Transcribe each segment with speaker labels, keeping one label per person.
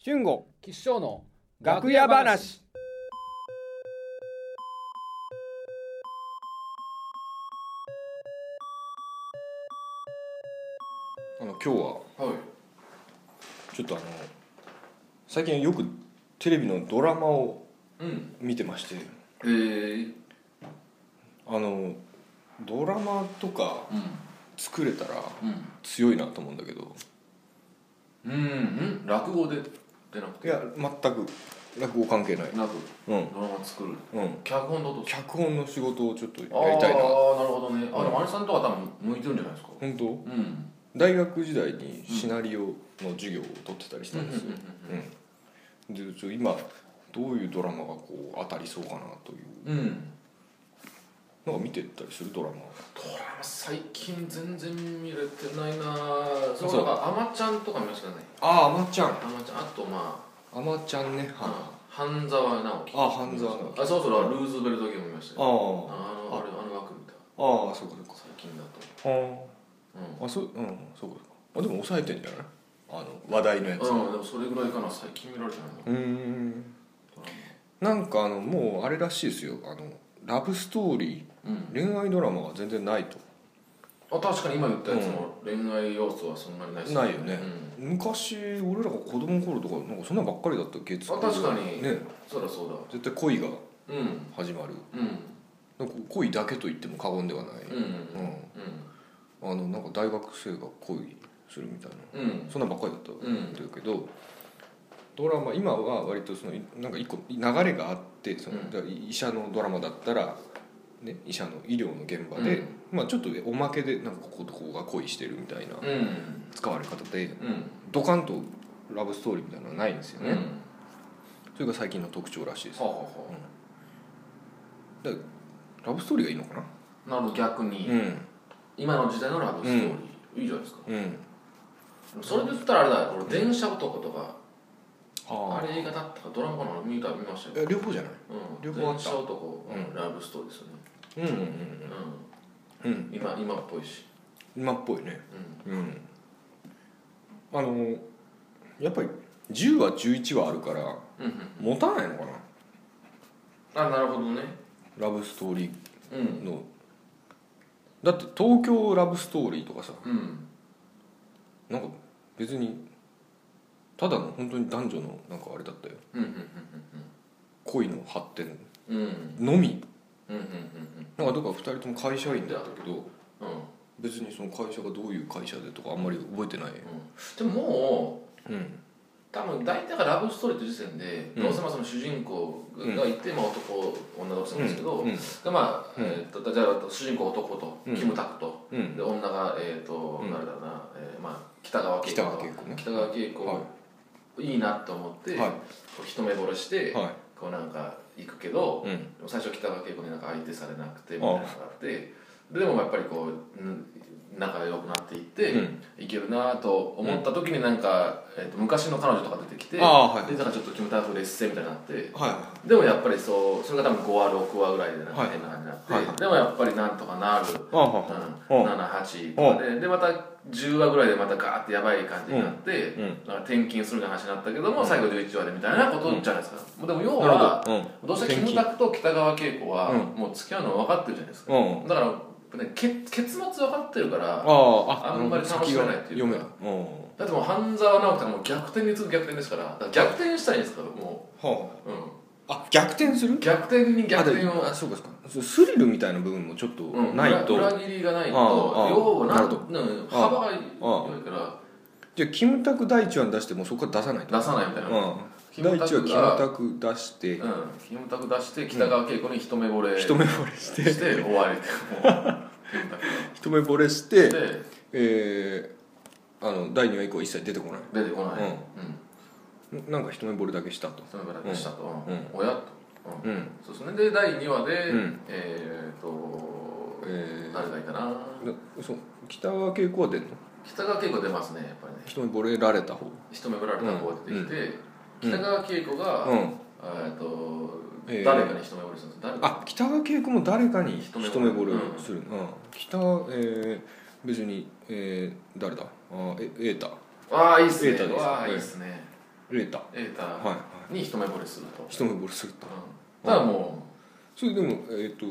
Speaker 1: 俊吾
Speaker 2: 吉祥の
Speaker 1: 楽屋話
Speaker 3: あの今日は
Speaker 4: はい、
Speaker 3: ちょっとあの最近よくテレビのドラマを
Speaker 4: うん、
Speaker 3: 見てまして
Speaker 4: えー、
Speaker 3: あのドラマとか
Speaker 4: うん、
Speaker 3: 作れたら
Speaker 4: うん、
Speaker 3: 強いなと思うんだけど
Speaker 4: うん、うん、落語で、でなく
Speaker 3: い
Speaker 4: て、
Speaker 3: や全く落語関係ない
Speaker 4: なく、
Speaker 3: うん
Speaker 4: ドラマ作る、
Speaker 3: うん
Speaker 4: 脚本だと、
Speaker 3: 脚本の仕事をちょっと
Speaker 4: ああー、
Speaker 3: やりたいな
Speaker 4: なるほどね、あ、でも、あれさんとか多分向いてるんじゃないですか。
Speaker 3: 本当
Speaker 4: うん、うん、
Speaker 3: 大学時代にシナリオの授業を取ってたりしたんですよ、でちょ今どういうドラマがこう当たりそうかなという
Speaker 4: うん、うん、
Speaker 3: なんか見てたりするドラマ
Speaker 4: ドラマ最近全然見れてないな。そ
Speaker 3: そう
Speaker 4: う、なんか、あまちゃんとか見ましたね。
Speaker 3: あああまちゃん
Speaker 4: あまちゃん、あと、ま
Speaker 3: あまちゃんね
Speaker 4: あ、
Speaker 3: はい
Speaker 4: 半沢直樹。
Speaker 3: あ半沢直樹
Speaker 4: あ、そうそう、だからルーズベルトゲーム見ましたよ。あ
Speaker 3: あ
Speaker 4: の、あれ、あの枠見た。
Speaker 3: あああそうかそうか
Speaker 4: 最近だと。
Speaker 3: あ
Speaker 4: うん。
Speaker 3: ああそううんそうかそうかあでも抑えてんじゃないあの話題のやつ
Speaker 4: うん、でもそれぐらいかな最近見られてないの
Speaker 3: うーんなんかあのもうあれらしいですよあのラブストーリ
Speaker 4: うん
Speaker 3: ー恋愛ドラマが全然ないと
Speaker 4: あ確かに今言ったやつも恋愛要素はそんなにないっす
Speaker 3: ないよね
Speaker 4: うん
Speaker 3: 昔俺らが子供の頃とかなんかそんなんばっかりだった月
Speaker 4: あ確かに
Speaker 3: ね
Speaker 4: そりゃそう
Speaker 3: 絶対恋が
Speaker 4: だうん
Speaker 3: 始まる
Speaker 4: うん
Speaker 3: なんか恋だけと言っても過言ではない、
Speaker 4: うん
Speaker 3: うん、あのなんか大学生が恋するみたいな
Speaker 4: うんうん
Speaker 3: そんなんばっかりだった
Speaker 4: うん
Speaker 3: だけどドラマ今は割とそのいなんか一個流れがあってその、
Speaker 4: うん
Speaker 3: だから医者のドラマだったら、ね、医者の医療の現場で、
Speaker 4: うん
Speaker 3: まあ、ちょっとおまけでなんかこことここが恋してるみたいな
Speaker 4: うんうん
Speaker 3: 使われ方で
Speaker 4: うん
Speaker 3: ドカンとラブストーリーみたいなのはないんですよね、
Speaker 4: うん
Speaker 3: それが最近の特徴らしいです
Speaker 4: はあは
Speaker 3: ラブストーリーがいいのかな
Speaker 4: あはあなるほど逆に今の時代のラブストーリーいいじゃないですか
Speaker 3: うんうん
Speaker 4: それで言ったらあれだよ俺電車男とかあ
Speaker 3: あ
Speaker 4: れ映画だったかドラマかな見た見ましたよ
Speaker 3: あ両方じゃない
Speaker 4: う
Speaker 3: 両
Speaker 4: ん
Speaker 3: 方あった
Speaker 4: 電車男
Speaker 3: うん
Speaker 4: ラブストーリーですよね
Speaker 3: うんうんうんうん
Speaker 4: うん今今っぽいし
Speaker 3: 今っぽいね
Speaker 4: う
Speaker 3: うん、あのやっぱり10は11はあるから
Speaker 4: んうんうん
Speaker 3: 持たないのかな
Speaker 4: あなるほどね
Speaker 3: ラブストーリ
Speaker 4: うん
Speaker 3: ーのだって東京ラブストーリーとかさ
Speaker 4: うん
Speaker 3: なんか別にただの本当に男女のなんかあれだったよ
Speaker 4: うんうん
Speaker 3: 恋の発展
Speaker 4: うんうんうん
Speaker 3: のみ
Speaker 4: うんうん
Speaker 3: なんかどっか2人とも会社員だったけど
Speaker 4: うんうん
Speaker 3: 別にその会社がどういう会社でとかあんまり覚えてない
Speaker 4: でももう
Speaker 3: うん
Speaker 4: 多分大体がラブストーリーという時点で、
Speaker 3: うん
Speaker 4: どうせまあその主人公がいて、まあ、男女同士なんですけど、
Speaker 3: うん
Speaker 4: でまあ、
Speaker 3: うん
Speaker 4: えー、とじゃあ主人公男と、
Speaker 3: うん
Speaker 4: キムタクと、
Speaker 3: うん
Speaker 4: で女がえっ、と、
Speaker 3: うん
Speaker 4: 誰だろうな、えーまあ、北川景子
Speaker 3: 北川景子ね
Speaker 4: 北川景子、、
Speaker 3: はい
Speaker 4: いなと思って、
Speaker 3: はい
Speaker 4: こう一目惚れして、
Speaker 3: は
Speaker 4: こうなんか行くけど、
Speaker 3: いうん
Speaker 4: でも最初北川景子になんか相手されなくてみたいなのがあってでもやっぱりこううん仲良くなっていって、
Speaker 3: うん
Speaker 4: いけるなと思った時になんか、えー、と昔の彼女とか出てきて
Speaker 3: ああはい
Speaker 4: でなんかちょっとキムタク劣勢みたいになって
Speaker 3: は
Speaker 4: でもやっぱりそうそれが多分5話6話ぐらいでなんか
Speaker 3: はい
Speaker 4: 変な感じになって、
Speaker 3: はいは
Speaker 4: でもやっぱりなんとかなる、
Speaker 3: いあは
Speaker 4: うん
Speaker 3: うん
Speaker 4: 78とかででまた10話ぐらいでまたガーってやばい感じになって、
Speaker 3: うんうん
Speaker 4: なんか転勤するみたいな話になったけども、最後11話でみたいなことじゃないですか、でも要
Speaker 3: なる
Speaker 4: は
Speaker 3: ほどうん
Speaker 4: どうせキムタクと北川景子は
Speaker 3: うん
Speaker 4: もう付き合うの分かってるじゃないですか、
Speaker 3: うん
Speaker 4: だから、ね、け結末分かってるか
Speaker 3: あ
Speaker 4: ら
Speaker 3: あ
Speaker 4: あんまり楽しめないってい
Speaker 3: 先が読め
Speaker 4: うか
Speaker 3: ないうん
Speaker 4: だってもう半沢直樹とかもう逆転に次ぐ逆転ですからだから逆転したいんですからも
Speaker 3: は
Speaker 4: う、
Speaker 3: ああ逆転す
Speaker 4: う
Speaker 3: る
Speaker 4: ん、逆転に逆転
Speaker 3: あ
Speaker 4: を
Speaker 3: であそうかそうかそうスリルみたいな部分もちょっと
Speaker 4: うん
Speaker 3: ないと、
Speaker 4: 裏裏切りがないと
Speaker 3: ああああ
Speaker 4: 要はな
Speaker 3: なる
Speaker 4: ん
Speaker 3: ほ
Speaker 4: うん幅が広いか
Speaker 3: じゃあキムタク第一話出してもそこから出さないと
Speaker 4: ら出さないみたいな、
Speaker 3: うん、
Speaker 4: キム
Speaker 3: 第
Speaker 4: タ
Speaker 3: 一話
Speaker 4: ク
Speaker 3: キ
Speaker 4: が
Speaker 3: ムタク出して
Speaker 4: うん、キムタク出して北川景子に一目惚れ
Speaker 3: 一目惚れして
Speaker 4: して終わりってもうキムタク
Speaker 3: 一目惚れし
Speaker 4: 出
Speaker 3: て
Speaker 4: して
Speaker 3: えー、あの第二話以降一切出てこな
Speaker 4: 出てこない、
Speaker 3: うん
Speaker 4: うん
Speaker 3: いなんか一目惚れだけしたと
Speaker 4: そのぐらいでしたと、うん
Speaker 3: うん
Speaker 4: 親と、
Speaker 3: う
Speaker 4: うんん、そうですねで第2話で、
Speaker 3: うん
Speaker 4: えっ、と、
Speaker 3: え
Speaker 4: 誰がいいかな
Speaker 3: ー、なそう北川景子は出んの
Speaker 4: 北川景子出ますねやっぱりね
Speaker 3: 一目惚れられた方
Speaker 4: 一目ぶられた子が出てきて、
Speaker 3: うん
Speaker 4: 北川景子が、
Speaker 3: う
Speaker 4: えっ、
Speaker 3: ん
Speaker 4: と、
Speaker 3: えー
Speaker 4: 誰かに一目惚れするんです誰か
Speaker 3: あ北川景子も誰かに
Speaker 4: 一
Speaker 3: 一
Speaker 4: 目
Speaker 3: 目
Speaker 4: 惚
Speaker 3: 惚れ
Speaker 4: れ
Speaker 3: をする、うん北川えー、別に、えー、誰だあーえ瑛太
Speaker 4: ああいいっす
Speaker 3: 瑛
Speaker 4: ね
Speaker 3: 太です
Speaker 4: わあ
Speaker 3: はい
Speaker 4: いいっすね、
Speaker 3: レーター
Speaker 4: エ
Speaker 3: は
Speaker 4: ー
Speaker 3: い
Speaker 4: タ
Speaker 3: は
Speaker 4: に一目惚れすると、
Speaker 3: い一目惚れする
Speaker 4: う
Speaker 3: と
Speaker 4: ん、ただも
Speaker 3: それでもえっ、と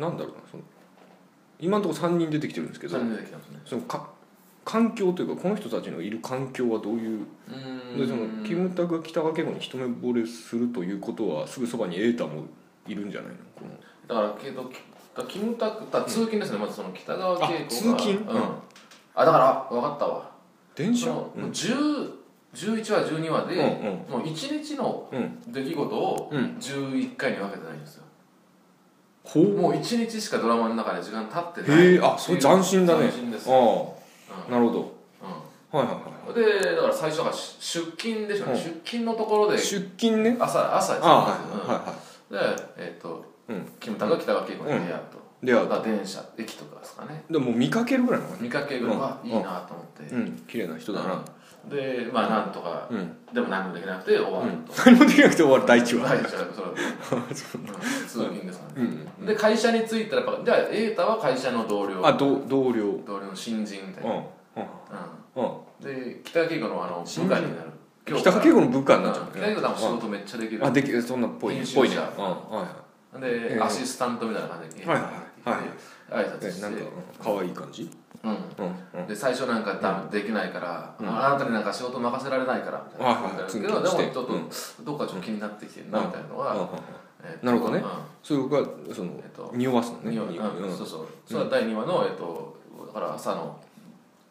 Speaker 3: なんだろうなその今のところ3人出てきてるんです
Speaker 4: う
Speaker 3: けど
Speaker 4: それでできたんですね
Speaker 3: そのか環境というかこの人たちのいる環境はどういう
Speaker 4: うーん
Speaker 3: でそのキムタクが北川景子に一目惚れするということはすぐそばにエータもいるんじゃないのこの
Speaker 4: だからけどきキムタクだから通勤ですね、まずその北川景
Speaker 3: あ
Speaker 4: 子
Speaker 3: 通
Speaker 4: が
Speaker 3: 勤
Speaker 4: うん
Speaker 3: うん
Speaker 4: あだから分かったわ
Speaker 3: 電
Speaker 4: そ
Speaker 3: 車
Speaker 4: の、
Speaker 3: う
Speaker 4: もうん10 11話12話で、
Speaker 3: うん
Speaker 4: もう1日の
Speaker 3: うん
Speaker 4: 出来事を
Speaker 3: うん
Speaker 4: 11回に分けてないんですよ、
Speaker 3: ほう
Speaker 4: もう1日しかドラマの中で時間経ってない
Speaker 3: へえあそれ斬新だね
Speaker 4: 斬新です、うん
Speaker 3: ああなるほどはいはいは
Speaker 4: うんでだから最初がし出勤でしょうね、
Speaker 3: うん
Speaker 4: 出勤のところ
Speaker 3: い
Speaker 4: で
Speaker 3: 出勤ね
Speaker 4: 朝朝
Speaker 3: あ
Speaker 4: ですよ
Speaker 3: あはいはいは
Speaker 4: うんでえっ、と、
Speaker 3: うん
Speaker 4: キムタクが北川景子に出会うと、
Speaker 3: いで
Speaker 4: だ
Speaker 3: は
Speaker 4: から電車駅とかですかね
Speaker 3: でも見かけるぐらいのか
Speaker 4: 見かけるのがいいなと思って、
Speaker 3: なうん綺麗な人だな
Speaker 4: でまあなんとか、
Speaker 3: うん
Speaker 4: でも何もできなくて終わると、
Speaker 3: 何もできなくて終わる第一話
Speaker 4: 第 一話それは、うん、通勤ですかね、
Speaker 3: うん
Speaker 4: で会社に着いたらやっぱじゃあ瑛太は会社の同僚
Speaker 3: あど同僚
Speaker 4: 同僚の新人みたいうな、
Speaker 3: んうん
Speaker 4: うんで北川景子のあの部下
Speaker 3: 新人
Speaker 4: になる今日
Speaker 3: 北
Speaker 4: から
Speaker 3: 川景子の部下になっちゃ
Speaker 4: うん
Speaker 3: う
Speaker 4: 北川景子さんも仕事めっちゃできる
Speaker 3: あできるそんなっぽい
Speaker 4: 編
Speaker 3: っ
Speaker 4: 集者
Speaker 3: ぽいねうんは
Speaker 4: で、
Speaker 3: えー
Speaker 4: アシスタントみたいな感じで
Speaker 3: いはいはいはい
Speaker 4: 挨拶
Speaker 3: え
Speaker 4: して、
Speaker 3: なんか可愛い感じ
Speaker 4: うん
Speaker 3: うん
Speaker 4: で最初なんか多分できないから、
Speaker 3: うん
Speaker 4: ああなたになんか仕事任せられないからみたい
Speaker 3: は
Speaker 4: な
Speaker 3: いはい
Speaker 4: みたいな
Speaker 3: ツン
Speaker 4: け
Speaker 3: ツン
Speaker 4: どでも
Speaker 3: し
Speaker 4: ち
Speaker 3: て
Speaker 4: ょっと、どっかちょっと気になってきてるなみたいなのは、えっと
Speaker 3: なるほどね
Speaker 4: うん
Speaker 3: それがその
Speaker 4: えっと
Speaker 3: 匂わすのね
Speaker 4: 匂いうんそうそうそれは第2話の、えっと、だから朝の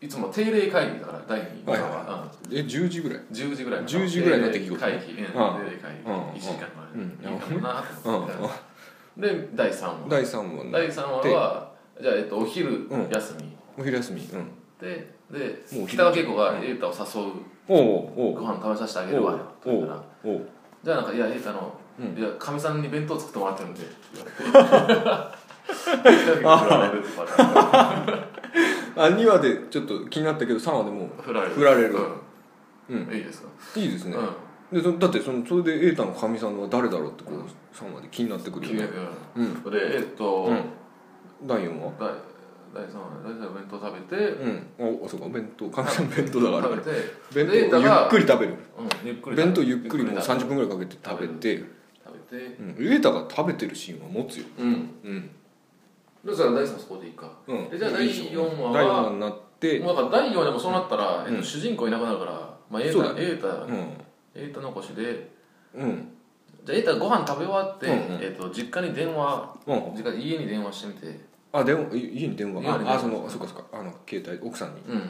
Speaker 4: いつも定例会議だから第2話は、
Speaker 3: はいえ10時ぐらい
Speaker 4: うん、10時ぐらい
Speaker 3: 10時ぐらいの出来事
Speaker 4: 定例会議、うん、定例
Speaker 3: うん
Speaker 4: 会
Speaker 3: う
Speaker 4: 議、
Speaker 3: ん
Speaker 4: 1時間
Speaker 3: う
Speaker 4: 前、
Speaker 3: ん
Speaker 4: いいかもなと
Speaker 3: うん
Speaker 4: 思って、で第3話
Speaker 3: 第3話
Speaker 4: 第3話はじゃあ、えっと、お昼休み、
Speaker 3: お昼休みうん
Speaker 4: でで
Speaker 3: もう
Speaker 4: 北川景子が瑛太を誘う、
Speaker 3: おうお
Speaker 4: ご
Speaker 3: う
Speaker 4: 飯食べさせてあげるわよって言うから
Speaker 3: おう
Speaker 4: じゃあなんか「いや瑛太の、
Speaker 3: うん
Speaker 4: いやかみさんに弁当作ってもらってるん で」って言われて北川景子振られるってパターン
Speaker 3: あ2話でちょっと気になったけど3話でも
Speaker 4: 振られる
Speaker 3: 振られる
Speaker 4: う、
Speaker 3: うん
Speaker 4: いいですか、
Speaker 3: ういいですね
Speaker 4: うん
Speaker 3: でそだってそのそれで瑛太のかみさんは誰だろうってこう3話で気になってくる
Speaker 4: 君
Speaker 3: よ
Speaker 4: が
Speaker 3: ね
Speaker 4: うんでえっと、
Speaker 3: うん第4話
Speaker 4: 第第3話第3話弁当食べて
Speaker 3: うんあそうか弁当かみさん弁当だから
Speaker 4: 食べて
Speaker 3: 弁当
Speaker 4: で
Speaker 3: ゆっくり食べる
Speaker 4: うん、ゆっくり食べ
Speaker 3: 弁当ゆっくりもう
Speaker 4: 食べ
Speaker 3: 30分ぐらいかけて食べて
Speaker 4: 食べて
Speaker 3: うん瑛太が食べてるシーンは持つよ
Speaker 4: うん
Speaker 3: うん
Speaker 4: だから第3話そこでいいか
Speaker 3: うん
Speaker 4: でじゃあ第4話は
Speaker 3: 第4話になって
Speaker 4: もうだから第4話でもそうなったら、
Speaker 3: うん
Speaker 4: えっと、主人公いなくなるから、まあ、瑛
Speaker 3: そう
Speaker 4: 太
Speaker 3: だ
Speaker 4: 瑛太
Speaker 3: うん
Speaker 4: 瑛太残しで
Speaker 3: うん
Speaker 4: じゃあ、エイタご飯食べ終わって、
Speaker 3: うんうん
Speaker 4: えっと実家に電話
Speaker 3: うん
Speaker 4: 実家家に電話してみて、
Speaker 3: あ電話い家に電話
Speaker 4: 家に電話
Speaker 3: ああそのそっかそっかあの携帯奥さんに
Speaker 4: うん
Speaker 3: うん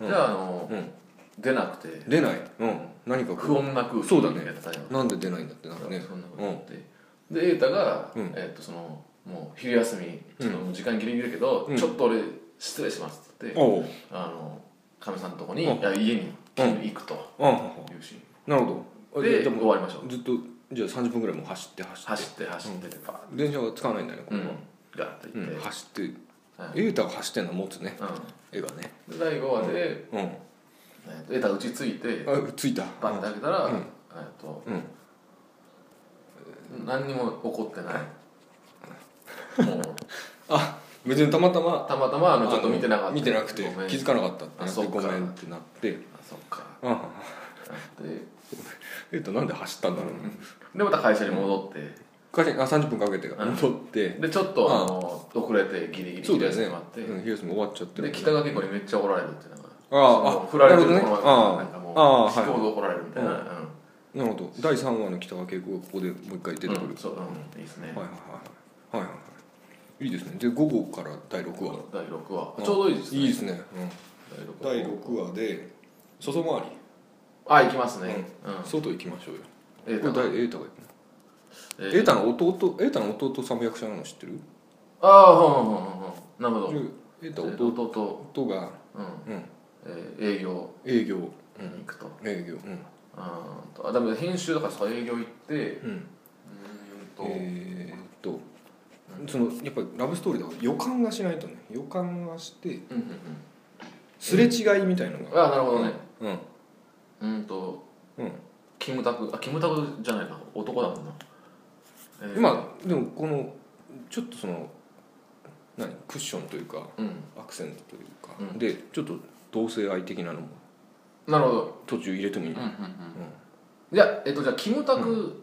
Speaker 3: うん
Speaker 4: じゃああの、
Speaker 3: うん
Speaker 4: 出なくて
Speaker 3: 出ないうん何か
Speaker 4: 不
Speaker 3: こ
Speaker 4: 穏な空気
Speaker 3: そうだね
Speaker 4: やったよ
Speaker 3: うなんで出ないんだってなるね
Speaker 4: そんなことやって、でエイタが、
Speaker 3: うん
Speaker 4: えっとそのもう昼休みちょっともう時間ギリギリだけど、
Speaker 3: うん
Speaker 4: ちょっと俺失礼しますって言って、
Speaker 3: おう
Speaker 4: あのかみさんのとこに、
Speaker 3: うん
Speaker 4: いや家に
Speaker 3: うん
Speaker 4: 行くと
Speaker 3: あ
Speaker 4: いうシー
Speaker 3: なるほど
Speaker 4: ン
Speaker 3: あ
Speaker 4: で
Speaker 3: じゃ
Speaker 4: 終わりましょう
Speaker 3: あずっとじゃあ30分ぐらいもう走って走って
Speaker 4: 走って走ってパーッ
Speaker 3: 電車は使わないんだねこ
Speaker 4: う
Speaker 3: れ
Speaker 4: ん
Speaker 3: は
Speaker 4: ガッと行
Speaker 3: う
Speaker 4: って、
Speaker 3: ん走って
Speaker 4: は
Speaker 3: 瑛太が走ってんの持つね
Speaker 4: う
Speaker 3: 絵がね
Speaker 4: んで第5話で、え
Speaker 3: うん
Speaker 4: っとエイタうち着いて
Speaker 3: あ着いた
Speaker 4: バンって開けたら、
Speaker 3: うん
Speaker 4: えっと、
Speaker 3: うん
Speaker 4: 何にも起こってないもう
Speaker 3: 別にたまたま
Speaker 4: たまたまあのちょっと見てなかった
Speaker 3: 見てなくて
Speaker 4: ごめん
Speaker 3: 気づかなかったって
Speaker 4: あ
Speaker 3: なっ
Speaker 4: そ
Speaker 3: て
Speaker 4: っか
Speaker 3: ごめんってなって
Speaker 4: あそっか
Speaker 3: あ
Speaker 4: で
Speaker 3: えっとなんで走ったんだろう
Speaker 4: でまた会社に戻って、
Speaker 3: 会社にあ30分かけて戻って
Speaker 4: でちょっとあの遅れてギリギリ
Speaker 3: そうだよ
Speaker 4: 昼
Speaker 3: ね
Speaker 4: 休みもあって、
Speaker 3: うん昼休み終わっちゃって
Speaker 4: で北川景子にめっちゃ怒られるってなんか
Speaker 3: ああ
Speaker 4: その
Speaker 3: あ
Speaker 4: 振られてる
Speaker 3: なる
Speaker 4: こ
Speaker 3: ほどね
Speaker 4: のまま
Speaker 3: あ
Speaker 4: なんかもう
Speaker 3: ああはい
Speaker 4: 引くほど怒られるみたいな、
Speaker 3: う
Speaker 4: うんん
Speaker 3: なるほど第3話の北川景子がここでもう一回出てくる
Speaker 4: うんそう、うん、いいですね
Speaker 3: はいはいはいはいはいはいいいですねで午後から第6話
Speaker 4: 第6話、
Speaker 3: うん
Speaker 4: ちょうどいいですね
Speaker 3: いいですね
Speaker 4: 第
Speaker 3: 第
Speaker 4: 6話
Speaker 3: 6話で外回り
Speaker 4: あ行きますねうん、
Speaker 3: 外行きましょうよ
Speaker 4: えっ
Speaker 3: これ
Speaker 4: と
Speaker 3: 大エータが行く
Speaker 4: え
Speaker 3: エータの弟エータの弟さんも役者なの知ってる
Speaker 4: ああうんうんうんうんなるほど
Speaker 3: エータ
Speaker 4: 弟
Speaker 3: 弟
Speaker 4: と、
Speaker 3: が
Speaker 4: うん
Speaker 3: うん
Speaker 4: えー営業
Speaker 3: 営業
Speaker 4: に行くと、
Speaker 3: 営業
Speaker 4: あーとあでも編集だからそう営業行ってう
Speaker 3: うんうん
Speaker 4: ーんと、
Speaker 3: えーっとそのやっぱりラブストーリーだから予感がしないとね予感がして
Speaker 4: うんうん
Speaker 3: すれ違いみたいなの
Speaker 4: うん
Speaker 3: が
Speaker 4: ああなるほどね
Speaker 3: うん
Speaker 4: うーんと、
Speaker 3: うん
Speaker 4: キムタクあキムタクじゃないか男だもんな、えー
Speaker 3: 今でもこのちょっとその何クッションというか
Speaker 4: うん
Speaker 3: アクセントというか、
Speaker 4: うん
Speaker 3: でちょっと同性愛的なのも
Speaker 4: なるほど
Speaker 3: 途中入れてもいい、
Speaker 4: うんうんうんじゃあ、えっと、じゃあキムタク、
Speaker 3: うん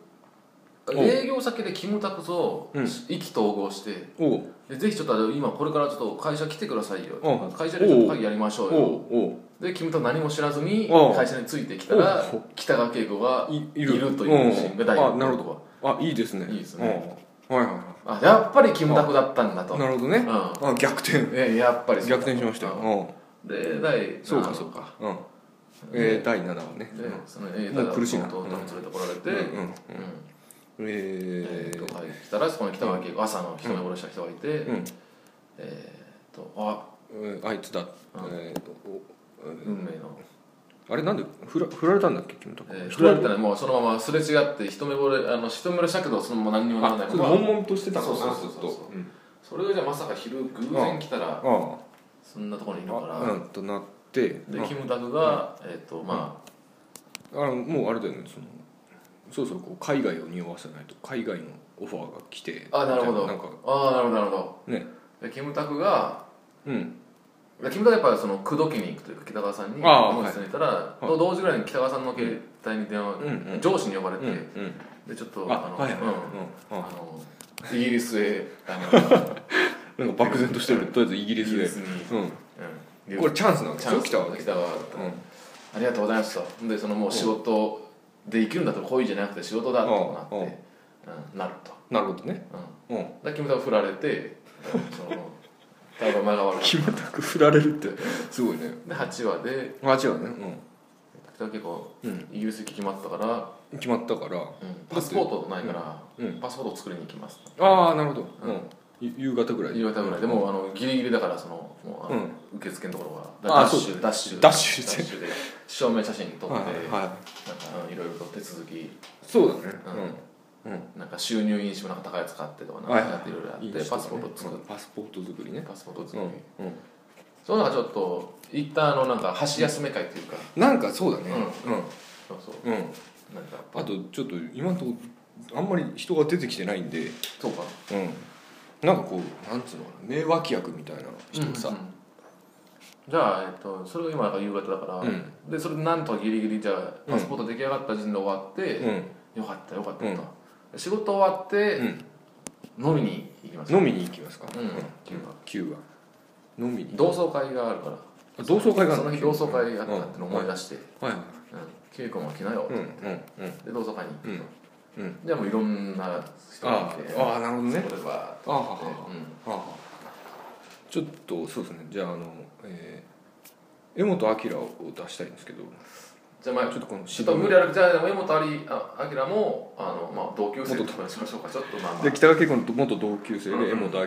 Speaker 4: 営業先でキムタクと
Speaker 3: うん
Speaker 4: 意気投合して、
Speaker 3: おう
Speaker 4: でぜひちょっとあの今これからちょっと会社来てくださいよ、
Speaker 3: う
Speaker 4: 会社でちょっと会議やりまし
Speaker 3: お
Speaker 4: ょ
Speaker 3: う
Speaker 4: うよ
Speaker 3: おう
Speaker 4: でキムタク何も知らずに
Speaker 3: おう
Speaker 4: 会社についてきたら
Speaker 3: おう
Speaker 4: 北川景子が
Speaker 3: い
Speaker 4: い
Speaker 3: いる
Speaker 4: るというシーンが第
Speaker 3: うん
Speaker 4: 一
Speaker 3: あなるほあいいですね
Speaker 4: いいですね
Speaker 3: うんはいはいは
Speaker 4: あやっぱりキムタクだったんだと
Speaker 3: いなるほどね
Speaker 4: うん
Speaker 3: あ逆転
Speaker 4: えやっぱりそう
Speaker 3: 逆転しましたようん
Speaker 4: で第
Speaker 3: そうか
Speaker 4: な
Speaker 3: そうかうんえー第7話ね
Speaker 4: でそのえ
Speaker 3: もう苦しいな
Speaker 4: 弟に連れてこられて、
Speaker 3: うん
Speaker 4: う
Speaker 3: う
Speaker 4: ん
Speaker 3: んえ
Speaker 4: えー
Speaker 3: ー
Speaker 4: と会議来たらそこに北川景子朝の一目惚れした人がいて、
Speaker 3: うん
Speaker 4: えーとあ
Speaker 3: うんあいつだえーお
Speaker 4: 運命の
Speaker 3: あれなんで振ら振られたんだっけ君とか
Speaker 4: えー、振
Speaker 3: 振ら
Speaker 4: ら
Speaker 3: れ
Speaker 4: れたらもうそのまますれ違って一目惚れあの一目惚れしたけどそのまま何にもならない
Speaker 3: あちょっと
Speaker 4: まま
Speaker 3: 悶々としてたもんな
Speaker 4: そう
Speaker 3: ずっ
Speaker 4: そうそうそう
Speaker 3: とうん
Speaker 4: それがじゃあまさか昼偶然来たら
Speaker 3: あ
Speaker 4: そんなところにいる
Speaker 3: あ
Speaker 4: か
Speaker 3: うんとなって
Speaker 4: らでキムタクがえっとま
Speaker 3: あのもうあれだよねそのそろそろこう海外を匂わせないと海外のオファーが来て
Speaker 4: あなるほど
Speaker 3: なんか
Speaker 4: ああーなるほどなるほど
Speaker 3: ね
Speaker 4: でキムタクが
Speaker 3: うん
Speaker 4: でキムタクはやっぱその口説きに行くというか北川さんに
Speaker 3: あー
Speaker 4: 思いついたらと同時ぐらいに北川さんの携帯に電話
Speaker 3: うんうん
Speaker 4: 上司に呼ばれて
Speaker 3: うんうん
Speaker 4: でちょっと
Speaker 3: あ
Speaker 4: の
Speaker 3: はいはいはい
Speaker 4: うん
Speaker 3: うん
Speaker 4: あのイギリスへあ
Speaker 3: うんなんか漠然としてるとりあ えずイギ
Speaker 4: のイ
Speaker 3: リス
Speaker 4: ギリ
Speaker 3: で
Speaker 4: スに
Speaker 3: うん
Speaker 4: うん
Speaker 3: これチャンスなんで
Speaker 4: チ
Speaker 3: す
Speaker 4: ャ
Speaker 3: よ
Speaker 4: ンス
Speaker 3: 来たわけ
Speaker 4: 来たわありがとうございますとでそのもう仕事で生きるんだと恋じゃなくて仕事だとなって、うん、なると、
Speaker 3: なるほどね
Speaker 4: う
Speaker 3: うん
Speaker 4: ん、だキムタク振られて その多分間が悪い
Speaker 3: キムタク振られるってすごいね
Speaker 4: で8話で
Speaker 3: あ違うね
Speaker 4: 北川結構
Speaker 3: うん
Speaker 4: イギリス行き決まったから、
Speaker 3: うん決まったから
Speaker 4: うん、パスポートないから、
Speaker 3: う
Speaker 4: パスポート作りに行きます
Speaker 3: ああなるほどうんゆ夕方ぐらい
Speaker 4: 夕方ぐらいでもうあのギリギリだからそのもうあの、
Speaker 3: うん
Speaker 4: 受付のところ
Speaker 3: あ
Speaker 4: がダッシ
Speaker 3: そ
Speaker 4: ュダッシュ
Speaker 3: ダッシュして
Speaker 4: ダで証明写真撮って、
Speaker 3: はい
Speaker 4: なんか
Speaker 3: は
Speaker 4: あのいろいろと手続き
Speaker 3: いそうだねう
Speaker 4: うんんなんか収入印紙もなんか高いやつ買ってとかなん
Speaker 3: はいはい
Speaker 4: かいろいろあっ
Speaker 3: いい
Speaker 4: て
Speaker 3: 人だね
Speaker 4: パスポート作
Speaker 3: う
Speaker 4: っ
Speaker 3: んパスポート作り
Speaker 4: て
Speaker 3: ね
Speaker 4: パスポート
Speaker 3: う
Speaker 4: 作
Speaker 3: ん
Speaker 4: る
Speaker 3: うん
Speaker 4: そういうのがちょっと一旦あのなんか箸休め会っていうか
Speaker 3: なんかそうだね
Speaker 4: そうそう
Speaker 3: うんうん
Speaker 4: なんか
Speaker 3: あとちょっと今のとこあんまり人が出てきてないんで
Speaker 4: そうか
Speaker 3: うんなんかこうなんつうのかな名脇役みたいな人さ
Speaker 4: うんうんじゃあ、えっと、それが今なんか夕方だから、
Speaker 3: うん
Speaker 4: でそれでなんとかギリギリじゃあパスポート出来上がった時点で終わって、
Speaker 3: うん
Speaker 4: よかったよかったと、仕事終わって、
Speaker 3: うん
Speaker 4: 飲みに行きます
Speaker 3: 飲みに行きますか
Speaker 4: うん、っていうか
Speaker 3: 9は飲みに
Speaker 4: 同窓会があるから
Speaker 3: あ同窓会がある
Speaker 4: その日同窓会があったってのを思い出して
Speaker 3: はい
Speaker 4: 「うん稽古も来なよ」
Speaker 3: うんうんうん
Speaker 4: で同窓会に行くと、
Speaker 3: うんう
Speaker 4: じゃあもういろんな人が
Speaker 3: あ
Speaker 4: いて
Speaker 3: あああなるほどね
Speaker 4: そこでバ
Speaker 3: ああ
Speaker 4: ーって、
Speaker 3: あああちょっとそうですねじゃああのえー、江本明を出したいんですけど
Speaker 4: じゃあまあ
Speaker 3: ちょっとこの
Speaker 4: ちょっと無理あるじゃあでも江本有あ明もあの、まあ、同級生とかにしましょうかちょっとまあまあ
Speaker 3: で北川景子の元同級生で江本明、
Speaker 4: うん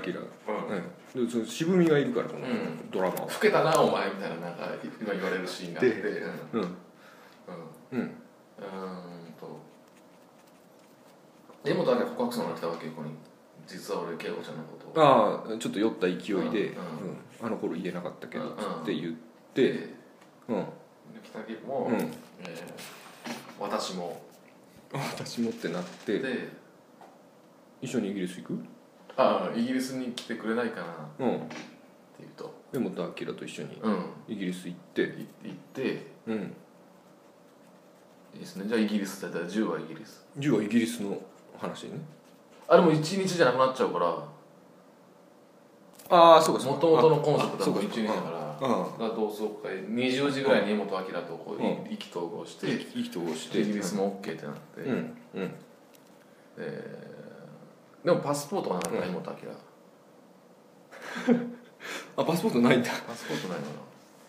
Speaker 3: うんでその渋みがいるからこの
Speaker 4: うん
Speaker 3: ドラマは
Speaker 4: 老けたなお前みたいななんか今言われるシーンがあって
Speaker 3: で
Speaker 4: うん
Speaker 3: うん
Speaker 4: うん
Speaker 3: うん
Speaker 4: うーんと江本明告白するのが北川景子に実は俺景子ちゃんのことを
Speaker 3: ああちょっと酔った勢いで、
Speaker 4: う
Speaker 3: うんん
Speaker 4: うん
Speaker 3: あの頃言えなかったけど
Speaker 4: うん
Speaker 3: つって言ってうん、
Speaker 4: 北川景子も、
Speaker 3: うん、
Speaker 4: えー私も
Speaker 3: 私もってなって
Speaker 4: で
Speaker 3: 一緒にイギリス行く
Speaker 4: ああイギリスに来てくれないかなっ
Speaker 3: うん
Speaker 4: て言うと
Speaker 3: 江本明と一緒に
Speaker 4: うん
Speaker 3: イギリス行っ
Speaker 4: い
Speaker 3: て
Speaker 4: 行って
Speaker 3: うん
Speaker 4: いいですねじゃあイギリスだったら10はイギリス
Speaker 3: 10はイギリスの話ね
Speaker 4: あれも1日じゃなくなっちゃうから
Speaker 3: ああそうかそう
Speaker 4: も
Speaker 3: か
Speaker 4: ともとのコンセプ
Speaker 3: あ
Speaker 4: ト
Speaker 3: そう
Speaker 4: は
Speaker 3: か
Speaker 4: 1日だから
Speaker 3: あ
Speaker 4: だから同窓会20時ぐらいに江本明とこ
Speaker 3: う
Speaker 4: う意気投合し
Speaker 3: あ
Speaker 4: て
Speaker 3: 意気投合して
Speaker 4: イギリスも OK ってなって
Speaker 3: うんうん
Speaker 4: えーでもパスポートがなかった妹明
Speaker 3: あパスポートないんだ
Speaker 4: パスポートないのか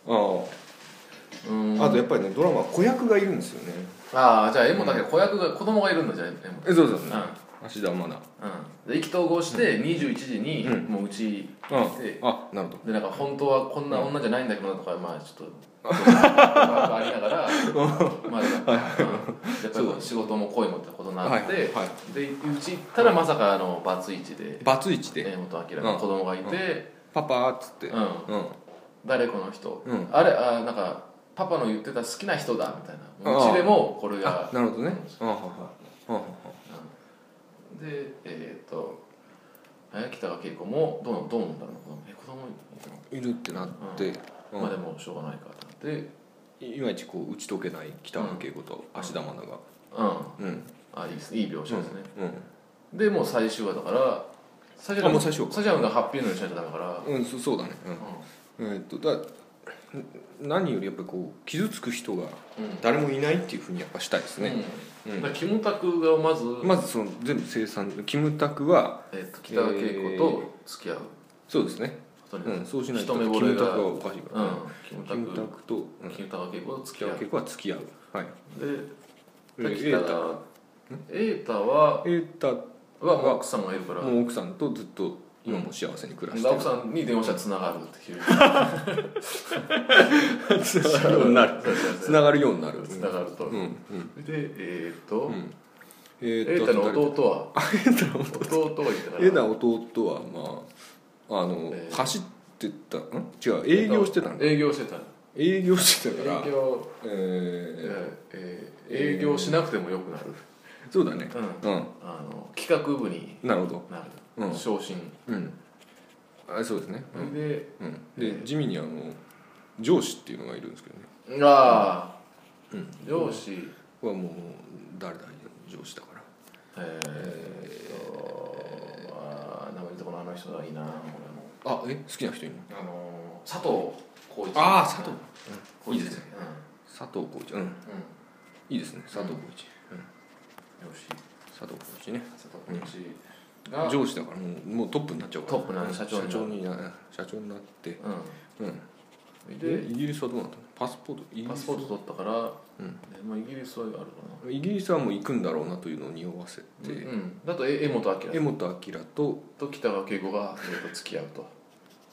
Speaker 3: ああ
Speaker 4: なうーん
Speaker 3: あとやっぱりねドラマは子役がいるんですよね
Speaker 4: ああじゃあ妹明子役が子供がいるんだじゃあ妹明
Speaker 3: えそうそう
Speaker 4: う
Speaker 3: そう芦田愛菜
Speaker 4: んうんで意気投合して21時に
Speaker 3: うん
Speaker 4: もううち
Speaker 3: あ
Speaker 4: 来て
Speaker 3: あなるほど
Speaker 4: でなんか本当はこんな女じゃないんだけどなとかまあち ょっとありながらまあでもうんやっぱりこう仕事も恋もってことになって
Speaker 3: はいは
Speaker 4: でうち行ったらまさかあのバツイチで
Speaker 3: いバツイチで
Speaker 4: 妹明の子供がいて
Speaker 3: 「パパ」っつって
Speaker 4: うん
Speaker 3: うん
Speaker 4: 誰この人、
Speaker 3: うん
Speaker 4: あれあなんかパパの言ってた好きな人だみたいな
Speaker 3: ああ
Speaker 4: うちでもこれが
Speaker 3: なるほどねああはあはあはあ
Speaker 4: でえーっとえ北川景子もどうどう思うんだろうな子供え子供いるの
Speaker 3: いるってなって、うん
Speaker 4: まあでもしょうがないかと思って
Speaker 3: いまいちこう打ち解けない北原景子と芦田愛菜が
Speaker 4: うん
Speaker 3: うん
Speaker 4: あいいですねいい描写ですね、
Speaker 3: うん
Speaker 4: でもう最終話だから最
Speaker 3: あもう最終話
Speaker 4: 最終話がハッピーエンドにしないとダメだから
Speaker 3: うんそそうだねうんえーっとだん何よりやっぱりこう傷つく人が誰もいないっていうふうにやっぱしたいですね、
Speaker 4: うん
Speaker 3: う
Speaker 4: だ
Speaker 3: ん
Speaker 4: からキムタクがまず、
Speaker 3: まずその全部生産キムタクは
Speaker 4: えっと北川景子と付き合う
Speaker 3: そうですね、
Speaker 4: ことにな
Speaker 3: う
Speaker 4: る、
Speaker 3: ん、そうしないと
Speaker 4: 一目
Speaker 3: キ
Speaker 4: 惚れ
Speaker 3: ムタ
Speaker 4: が
Speaker 3: クはおかしいか
Speaker 4: うんキム
Speaker 3: ら
Speaker 4: タ
Speaker 3: キムタ
Speaker 4: ク
Speaker 3: クと、うん、
Speaker 4: キムタク景子と付き
Speaker 3: 北
Speaker 4: 合う
Speaker 3: 原景子は付き合うはい
Speaker 4: で
Speaker 3: えー
Speaker 4: で
Speaker 3: 瑛
Speaker 4: 北
Speaker 3: 太
Speaker 4: 川瑛太は
Speaker 3: 瑛太
Speaker 4: はもう奥さんがいるから
Speaker 3: もう奥さんとずっと今も幸せに暮らしてる
Speaker 4: 奥さんに電話したらつながるっていう
Speaker 3: つながるようになるつながるようになる
Speaker 4: つながると、
Speaker 3: うんうん
Speaker 4: でえー、っと、
Speaker 3: うんえ
Speaker 4: え
Speaker 3: ー
Speaker 4: ー、
Speaker 3: っ
Speaker 4: 太
Speaker 3: と
Speaker 4: の
Speaker 3: 弟
Speaker 4: 弟は弟は言ったから
Speaker 3: えーだ弟はまああの、
Speaker 4: えー
Speaker 3: 走ってたん違う営業してたんだ
Speaker 4: 営業してた
Speaker 3: 営業してたから
Speaker 4: 営業、
Speaker 3: え
Speaker 4: え
Speaker 3: ー
Speaker 4: ーえー営業しなくてもよくなる、
Speaker 3: そうだね
Speaker 4: うん、
Speaker 3: うん
Speaker 4: あの企画部に
Speaker 3: なるほど
Speaker 4: なる、
Speaker 3: うん
Speaker 4: 昇進
Speaker 3: うんあそうですね
Speaker 4: それで、
Speaker 3: うんで地味にあの上司っていうのがいるんですけどね
Speaker 4: ああ、上司、
Speaker 3: これはもう誰だ上司だから
Speaker 4: えー、まあ名前出てこないあの人がいいな俺も
Speaker 3: あえ好きな人いるの
Speaker 4: あの佐藤浩一
Speaker 3: あー佐藤
Speaker 4: 浩一ですね、
Speaker 3: 佐藤浩一うん、いいですね佐藤浩一、
Speaker 4: うん、上司
Speaker 3: 佐藤浩一ね
Speaker 4: 佐藤浩一が、
Speaker 3: 上司だからもうもうトップになっちゃうから
Speaker 4: トップなんで社長にな
Speaker 3: 社長
Speaker 4: る
Speaker 3: にな社長になってうん
Speaker 4: うん、
Speaker 3: で
Speaker 4: で
Speaker 3: イギリスはどうなったのパスポートイギ
Speaker 4: パ
Speaker 3: リ
Speaker 4: ス
Speaker 3: ス
Speaker 4: ポート取ったから、
Speaker 3: うん
Speaker 4: でまあ、イギリスはあるか
Speaker 3: イギリスはもう行くんだろうなというのを匂わせ
Speaker 4: な、
Speaker 3: て
Speaker 4: うん、だとえ江本明
Speaker 3: 柄本明と
Speaker 4: と北川景子がえーと付き合うと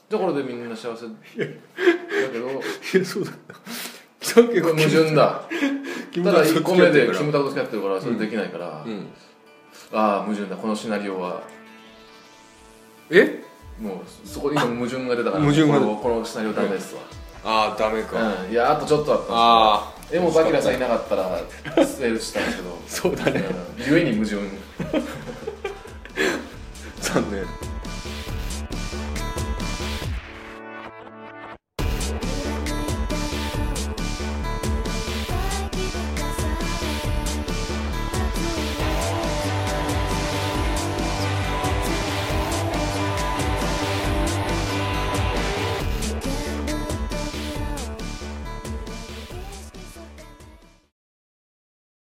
Speaker 4: だからでみんな幸せだけど
Speaker 3: いやそうだ北川景
Speaker 4: 矛盾だ
Speaker 3: キム
Speaker 4: た
Speaker 3: タ
Speaker 4: だ
Speaker 3: クと付
Speaker 4: 1
Speaker 3: き
Speaker 4: 個
Speaker 3: 合
Speaker 4: 目
Speaker 3: ってる
Speaker 4: で
Speaker 3: から
Speaker 4: キムタクと付き合ってるからそれできないから、
Speaker 3: うん
Speaker 4: ああ矛盾だこのシナリオは
Speaker 3: え
Speaker 4: もうそこに今矛盾が出たから
Speaker 3: 矛盾が出た
Speaker 4: このこのシナリオダメですわ、
Speaker 3: ああダメか
Speaker 4: うんいやあとちょっとあっ
Speaker 3: ああ
Speaker 4: た江本明さんいなかったらセールしたん ですけど
Speaker 3: そうだね
Speaker 4: 故に矛盾
Speaker 3: 残念